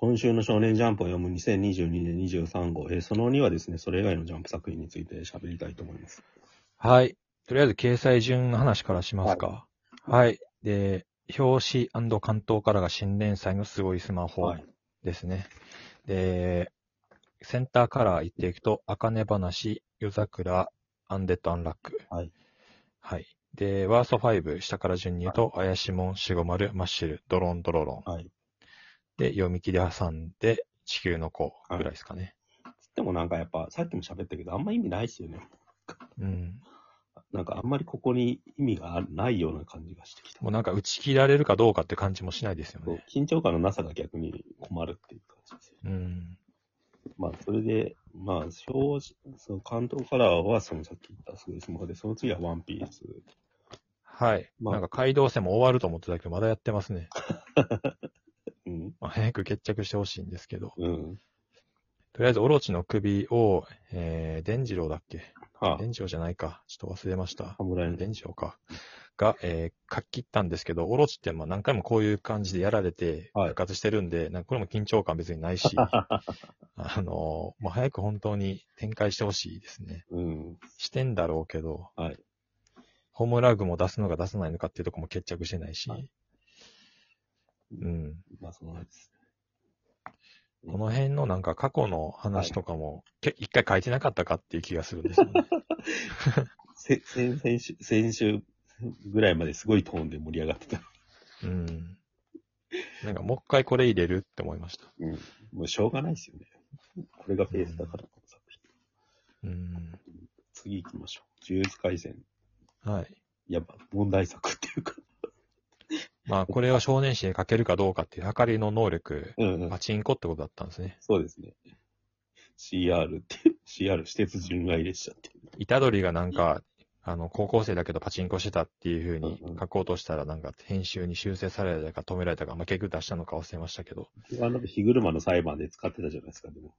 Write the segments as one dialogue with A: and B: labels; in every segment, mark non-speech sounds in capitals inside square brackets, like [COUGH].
A: 今週の少年ジャンプを読む2022年23号、えーその2はですね、それ以外のジャンプ作品について喋りたいと思います。
B: はい。とりあえず掲載順の話からしますか。はい。で、表紙関東からが新連載のすごいスマホ
A: はい
B: ですね。で、センターカラー行っていくと、あかね話、夜桜、アンデッド・アンラック。
A: はい。
B: はい。で、ワースト5、下から順に言うと、怪しもん、しごまる、マッシュル、ドロン、ドロロン。
A: はい。
B: で、読み切り挟んで、地球の子ぐらいですかね。
A: つってもなんかやっぱ、さっきも喋ったけど、あんま意味ないですよね。
B: うん。
A: なんかあんまりここに意味がないような感じがしてきた。
B: もうなんか打ち切られるかどうかって感じもしないですよ
A: そう
B: ね。
A: 緊張感のなさが逆に困るっていう感じですよね。
B: うん。
A: まあ、それで、まあ、表紙、その関東カラーは、そのさっき言ったすごいスマホで、その次はワンピース。
B: はい。
A: まあ
B: なんか街道戦も終わると思ってたけど、まだやってますね。
A: うん。
B: まあ、早く決着してほしいんですけど。
A: うん。
B: とりあえず、オロチの首を、えー、伝次郎だっけ
A: はあ
B: 伝次郎じゃないか。ちょっと忘れました。
A: 侍の
B: 伝次郎か。が、えー、書き切ったんですけど、オロチってまあ何回もこういう感じでやられて、
A: はい
B: 復活してるんで、なんかこれも緊張感別にな
A: [LAUGHS]
B: いし、あのーもう早く本当に展開してほしいですね。
A: うん。
B: してんだろうけど、
A: はい
B: ホームラグも出すのか出さないのかっていうところも決着してないし、
A: はい
B: うん。
A: まあ、その辺です。
B: この辺のなんか過去の話とかも、け一回書いてなかったかっていう気がするんですよね。
A: せ、先、先週、先週ぐらいまですごいトーンで盛り上がってた。
B: うん。なんかもう一回これ入れるって思いました。
A: うん。もうしょうがないですよね。これがフェースだから、この作品。
B: うん。
A: 次行きましょう。呪術廻戦。
B: はい。
A: やっぱ問題作っていうか。
B: まあ、これを少年誌で書けるかどうかっていう、はかりの能力、
A: うんうん
B: パ。チンコってことだったんですね。
A: そうですね。CR って、CR、私鉄純愛列車っていう。
B: 虎杖がなんか、あの、高校生だけどパチンコしてたっていうふうに
A: うんうん
B: 書こうとしたら、なんか編集に修正されたか止められたか、まあ、結局出したのか忘れましたけど、
A: あの、日車の裁判で使ってたじゃないですか、でも。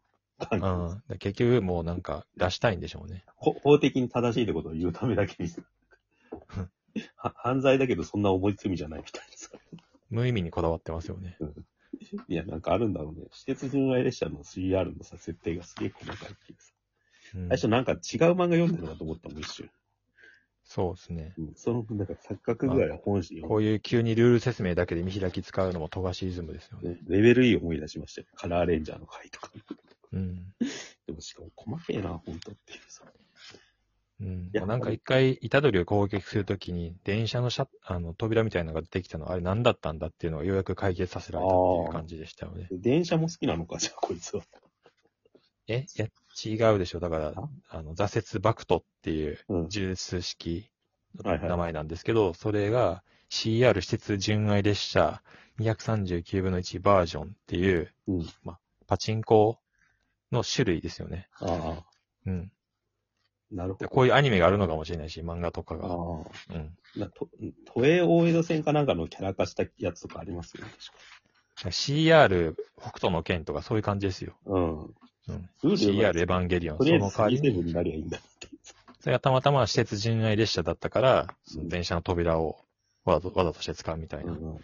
B: うん。で結局もうなんか出したいんでしょうね。
A: ほ法的に正しいってことを言うためだけにさ。は犯罪だけどそんな重い罪じゃないみたいなさ。
B: 無意味にこだわってますよね。
A: いや、なんかあるんだろうね。私鉄純愛列車の CR のさ、設定がすげえ細かいっていうさ。
B: うん
A: 最初なんか違う漫画読んでるのかと思ったもん、一瞬。
B: そうですね。
A: うん、その、なんか錯覚ぐらいは本心
B: こういう急にルール説明だけで見開き使うのも富樫イズムですよね。
A: ねレベルいい思い出しましたよ。カラーレンジャーの回とか。
B: うん。
A: でもしかも細けえな、本当っていうさ。
B: うん
A: いや
B: まあなんか一回、虎杖を攻撃するときに、電車のシャあの扉みたいなのが出てきたの、あれ何だったんだっていうのがようやく解決させられたっていう感じでしたよね。
A: 電車も好きなのか、じゃあこいつは。
B: えいや、違うでしょ。だから
A: あ、
B: あの、挫折バクトっていう
A: うん。
B: 呪術式
A: は
B: の
A: いはい
B: 名前なんですけど、それが CR 私鉄純愛列車239分の1バージョンっていう、
A: うん
B: まあ、パチンコの種類ですよね。
A: ああ、
B: うん。
A: なるほ
B: で
A: ど。
B: こういうアニメがあるのかもしれないし、漫画とかが。
A: あ
B: うん。
A: あ。なと都営大江戸線かなんかのキャラ化したやつとかありますよね。
B: CR 北斗の剣とかそういう感じですよ。
A: うん。
B: うん、
A: ルール
B: CR エヴ
A: は
B: ァンゲリオン。
A: と
B: そ
A: りあえず
B: の代わり
A: 37
B: に、
A: になりゃいいんだって。
B: それがたまたま施設人愛列車だったから、そ
A: うん
B: の電車の扉をわざとわざとして使うみたいな
A: うん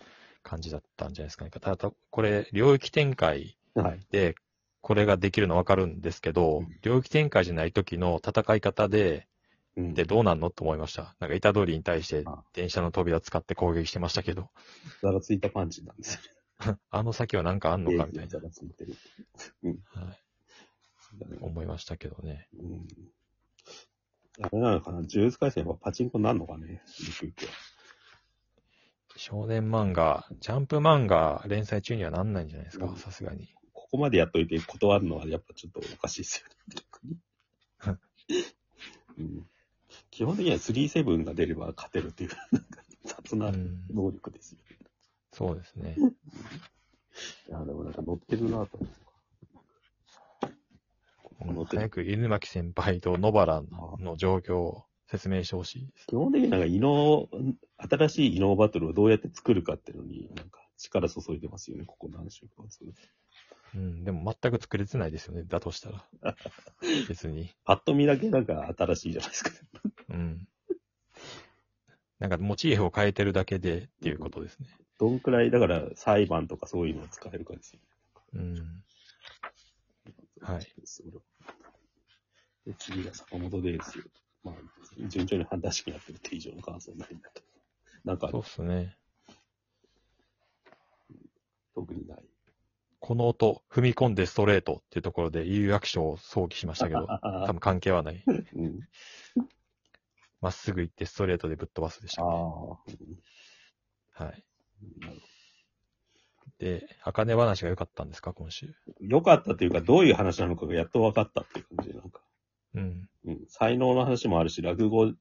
B: 感じだったんじゃないですかね。ただ、これ、領域展開
A: はい。
B: で、これができるのわかるんですけど、
A: うん
B: 領域展開じゃない時の戦い方で、
A: うん
B: で、どうなんのと思いました。なんか、板通りに対して
A: あ
B: 電車の扉使って攻撃してましたけど、
A: ざらついたパンチなんです
B: あの先はなんかあん
A: よ
B: の [LAUGHS]
A: ね。
B: かみたい
A: ざ
B: な、
A: らついてる。
B: はい思いましたけどね。
A: うん。あれなのかな呪術回戦はパチンコになんのかねゆくゆくは
B: 少年漫画、ジャンプ漫画連載中にはなんないんじゃないですか
A: うん、
B: さすがに。
A: ここまでやっといて断るのはやっぱちょっとおかしいですよね、逆に。うん、基本的には3-7が出れば勝てるっていう、なんか雑
B: う、
A: なん能力ですよ。
B: そうですね。
A: いや、でもなんか乗ってるなと。
B: うん
A: 乗って
B: 早
A: る。
B: く犬巻先輩と野原の状況を説明してほしいです。
A: 基本的になんか、異能、新しい異能バトルをどうやって作るかっていうのに、なんか力注いでますよね、ここ何週間ずっと。
B: うん、でも全く作れてないですよね、だとしたら。別に。
A: パッと見だけなんか新しいじゃないです [LAUGHS] か。
B: うん。なんかモチーフを変えてるだけでっていうことですね。
A: どんくらい、だから裁判とかそういうのを使えるかですよね。
B: うん。はい。
A: で、次が坂本デイズ。まあ、順調に判断式やってるって以上の感想ないんだけど。なんか
B: そ、うっすね。
A: 特にない。
B: この音、踏み込んでストレートっていうところで有役所を想起しまし
A: [LAUGHS]
B: たけど、多分関係はない。
A: うん。
B: まっすぐ行ってストレートでぶっ飛ばすでし
A: あ
B: た。
A: あ。
B: はい。
A: なるほ
B: で、茜話が良かったんですか、今週。
A: ど良かったというか、どういう話なのかがやっと分かったっていう感じで、なんか。
B: うん。
A: うん。才能の話もあるし、落語、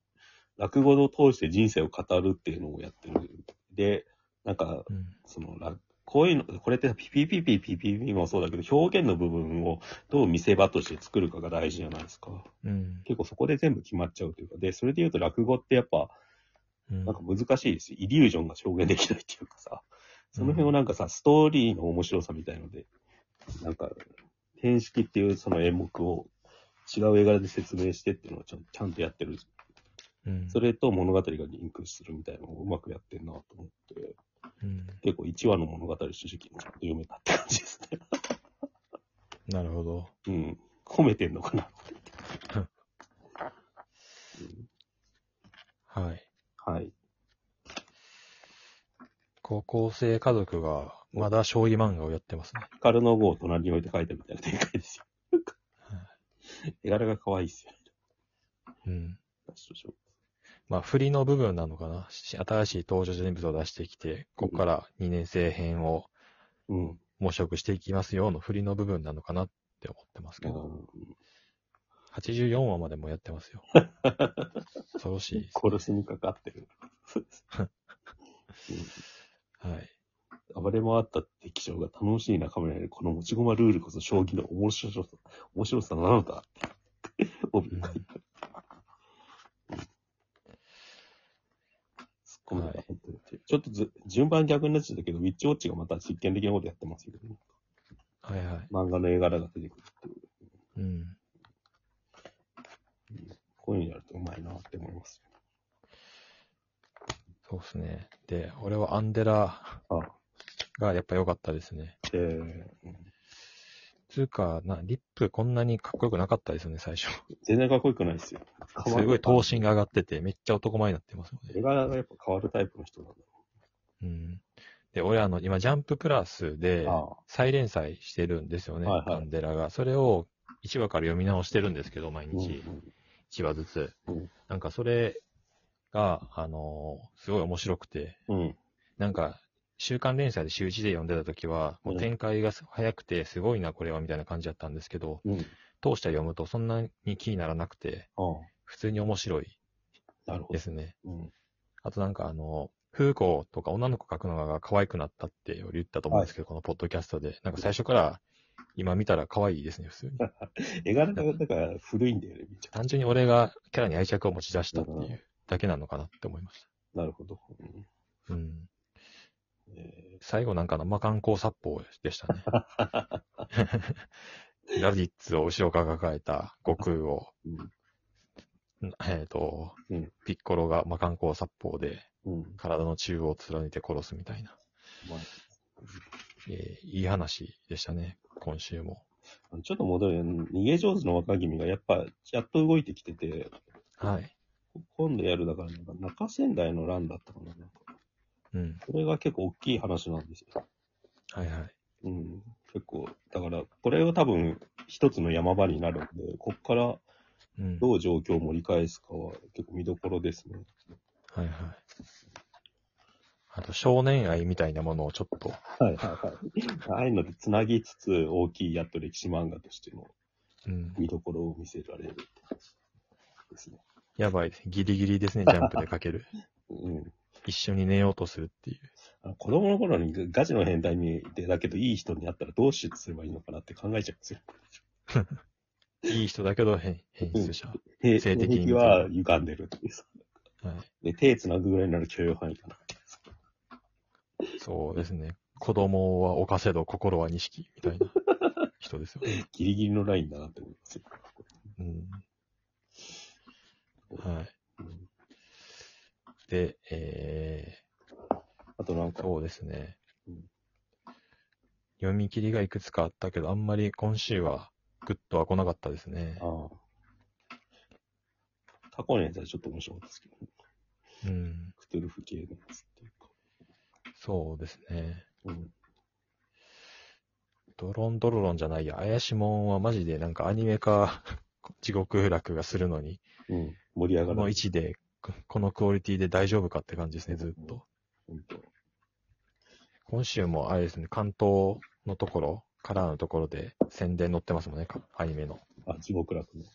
A: 落語を通して人生を語るっていうのをやってる。で、なんか、
B: うん。
A: その、らこういうの、これってピピピピピピピもそうだけど、表現の部分をどう見せ場として作るかが大事じゃないですか。
B: うん。
A: 結構そこで全部決まっちゃうというか、で、それで言うと落語ってやっぱ、
B: うん
A: なんか難しいですよ。イリュージョンが表現できないっていうかさ、その辺をなんかさ、ストーリーの面白さみたいので、なんか、変式っていうその演目を違う映画で説明してっていうのをちゃんちゃんとやってる。
B: うん
A: それと物語がリンクするみたいなのをうまくやってんなと思って。
B: うん
A: 結構1話の物語主軸にちゃんと読めたって感じですね。 [LAUGHS]
B: なるほど。
A: うん。褒めてんのかなって。
B: うんはい。
A: はい。
B: 高校生家族がまだ将棋漫画をやってますね。
A: ヒカルの号を隣に置いて書いたみたいな展開ですよ。絵柄が可愛いっすよね。
B: うん。
A: 私としても
B: まあ、振りの部分なのかな。し新しい登場人物を出してきて、ここから2年生編を
A: うん。
B: 模食していきますよの振りの部分なのかなって思ってますけど、84話までもやっ
A: [LAUGHS]
B: てますよ。恐ろしいです。
A: 殺しにかかってる。そうです。
B: はい。
A: 暴れ回ったって気象が楽しい仲間になる、この持ち駒ルールこそ将棋の面白さ、面白さなの [LAUGHS] だって。帯に書いてある。突っ込みが入ってるっていうちょっとず順番逆になっちゃったけど、ウィッチウォッチがまた実験的なことやってますけど、ね、
B: はいはい。
A: 漫画の絵柄が出てくるっていう。
B: うん。
A: こういうのやるとうまいなって思いますよ。
B: そうですね。で、俺はアンデラ
A: あ
B: がやっぱ良かったですね。
A: えーうん
B: つうか、な、リップこんなにかっこよくなかったですよね、最初。
A: 全然かっこよくないですよ。
B: すごい頭身が上がってて、めっちゃ男前になってますよ
A: 絵
B: ね。
A: 柄がやっぱ変わるタイプの人なんだ。
B: うん。で、俺あの、今、ジャンププラスで、
A: ああ
B: 再連載してるんですよね、
A: はいはい
B: アンデラが。それを1話から読み直してるんですけど、毎
A: うんう
B: 日
A: ん
B: 1話ずつ。
A: うん
B: なんかそれが、あのーすごい面白くて、
A: うん。
B: なんか、週刊連載で週1で読んでた時は、もう展開が早くて、すごいな、これは、みたいな感じだったんですけど、
A: うん。
B: 通して読むとそんなに気にならなくて、
A: あ
B: 普通に面白い
A: あ、なるほ
B: で
A: ど。
B: すね。
A: うん。
B: あとなんかあの、風光とか女の子描くのが可愛くなったって言ったと思うんですけど、このポッドキャストで。なんか最初から、今見たら可愛いですね、普通に。
A: 絵柄がだから古いんだよね、めちゃくち
B: 単純に俺がキャラに愛着を持ち出したって
A: ないる
B: うだけなのかなって思いまし
A: ゃ。なるほど。うん
B: た。うん。
A: え
B: 最後なんかの魔漢光殺法でした [LAUGHS] ね。ラディッツを後ろから抱えた悟空を、
A: ーうん
B: んえっ、と、
A: うん
B: ピッコロが魔漢光殺法で
A: うん。
B: 体の中央を貫いて殺すみたいな、
A: ま
B: えーいい話でしたね、今週も。
A: あちょっと戻るよ。逃げ上手の若君がやっぱ、やっと動いてきてて、
B: はい。
A: 今度やるだから、なんか中仙台の乱だったかな。なんか
B: うん。
A: これが結構大きい話なんですよ。
B: はいはい。
A: うん、結構、だから、これが多分、一つの山場になるんで、ここから
B: うん。
A: どう状況を盛り返すかは結構見どころですね。
B: はいはい。あと、少年愛みたいなものをちょっと、
A: はいはいはい。ああいうので繋ぎつつ、大きいやっと歴史漫画としての
B: うん。
A: 見どころを見せられるって感じですね。
B: やばいです。ギリギリですね、ジャンプでか
A: [LAUGHS]
B: ける。
A: うん。
B: 一緒に寝ようとするっていう。
A: あの子供の頃にガチの変態にでだけど、いい人に会ったらどうすればいいのかなって考えちゃうんですよ。
B: いい人だけど変、変質者。
A: 性
B: 性的に
A: 的は歪んでるっていうさ。
B: はい。
A: で、手繋ぐぐらいになる許容範囲かなっていうさ。
B: そうですね。子供は犯せど心は錦み
A: [LAUGHS]
B: たいな人ですよね。
A: ギリギリのラインだなって思いますよ。
B: うん。はい。
A: うん
B: で、え
A: あとなん
B: ー、
A: か、
B: そうですね
A: うん。
B: 読み切りがいくつかあったけど、あんまり今週はグッとは来なかったですね。
A: ああ。過去のやつはちょっと面白かったですけど、ね、
B: うん。
A: クトゥルフ系のやつっていうか。
B: そうですね。
A: うん。
B: ドロンドロロンじゃないや、怪しもんはマジでなんかアニメ化、 [LAUGHS] 地獄楽がするのに、
A: うん。盛り上が
B: こ
A: らな
B: の位
A: い。
B: 置で、ここのクオリティで大丈夫かって感じですね、ずっと。
A: ほんと
B: 今週もあれですね、関東のところ、カラーのところで宣伝載ってますもんね、かアニメの。
A: あ、地獄楽ね。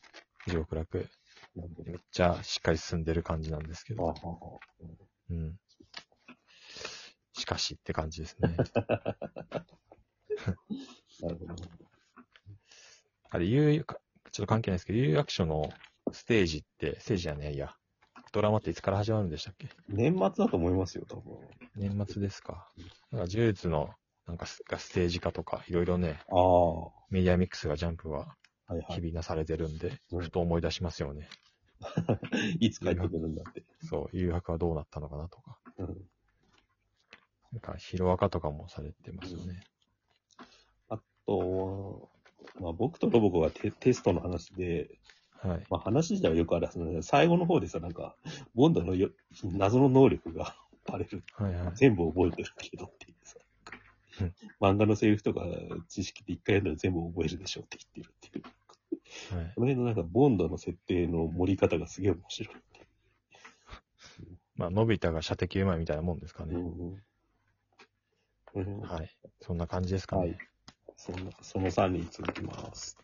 B: 地獄楽。
A: なるほ
B: めっちゃしっかり進んでる感じなんですけ
A: ど。あ
B: ど。
A: あ、ああうん
B: うん。しかしって感じです
A: [LAUGHS]
B: ね。
A: なるほどね。
B: あれ、有、ちょっと関係ないですけど、有楽町のステージって、ステージじゃねえや。ドラマっていつから始まるんでしたっけ
A: 年末だと思いますよ、多分。
B: 年末ですか。なんか、呪術の、なんかス、がステージ化とか、いろいろね、
A: ああ。は
B: メディアミックスがジャンプはい
A: は
B: 日々なされてるんで、
A: うん
B: ふと思い出しますよね。
A: い。いつ帰ってくるんだって。
B: そう、誘惑はどうなったのかなとか。
A: うん。
B: なんか、ヒロアカとかもされてますよね。
A: あとは、まあ僕とロボコがテテストの話で、
B: はい。
A: まあ話自体はよくあるはずなんだけど、最後の方でさ、なんか、ボンドのよ謎の能力が [LAUGHS] バレる。
B: はいはい。
A: 全部覚えてるけどっていうさ
B: うん。
A: 漫画のセリフとか知識って一回やったら全部覚えるでしょって言ってるっていう。
B: はい、
A: この辺のなんか、ボンドの設定の盛り方がすげえ面白いってい
B: まあ、のび太が射的うまいみたいなもんですか
A: う。う
B: ね。
A: んうん。この辺は
B: はい。そんな感じですかね。
A: はい。そんな、その3人続きます。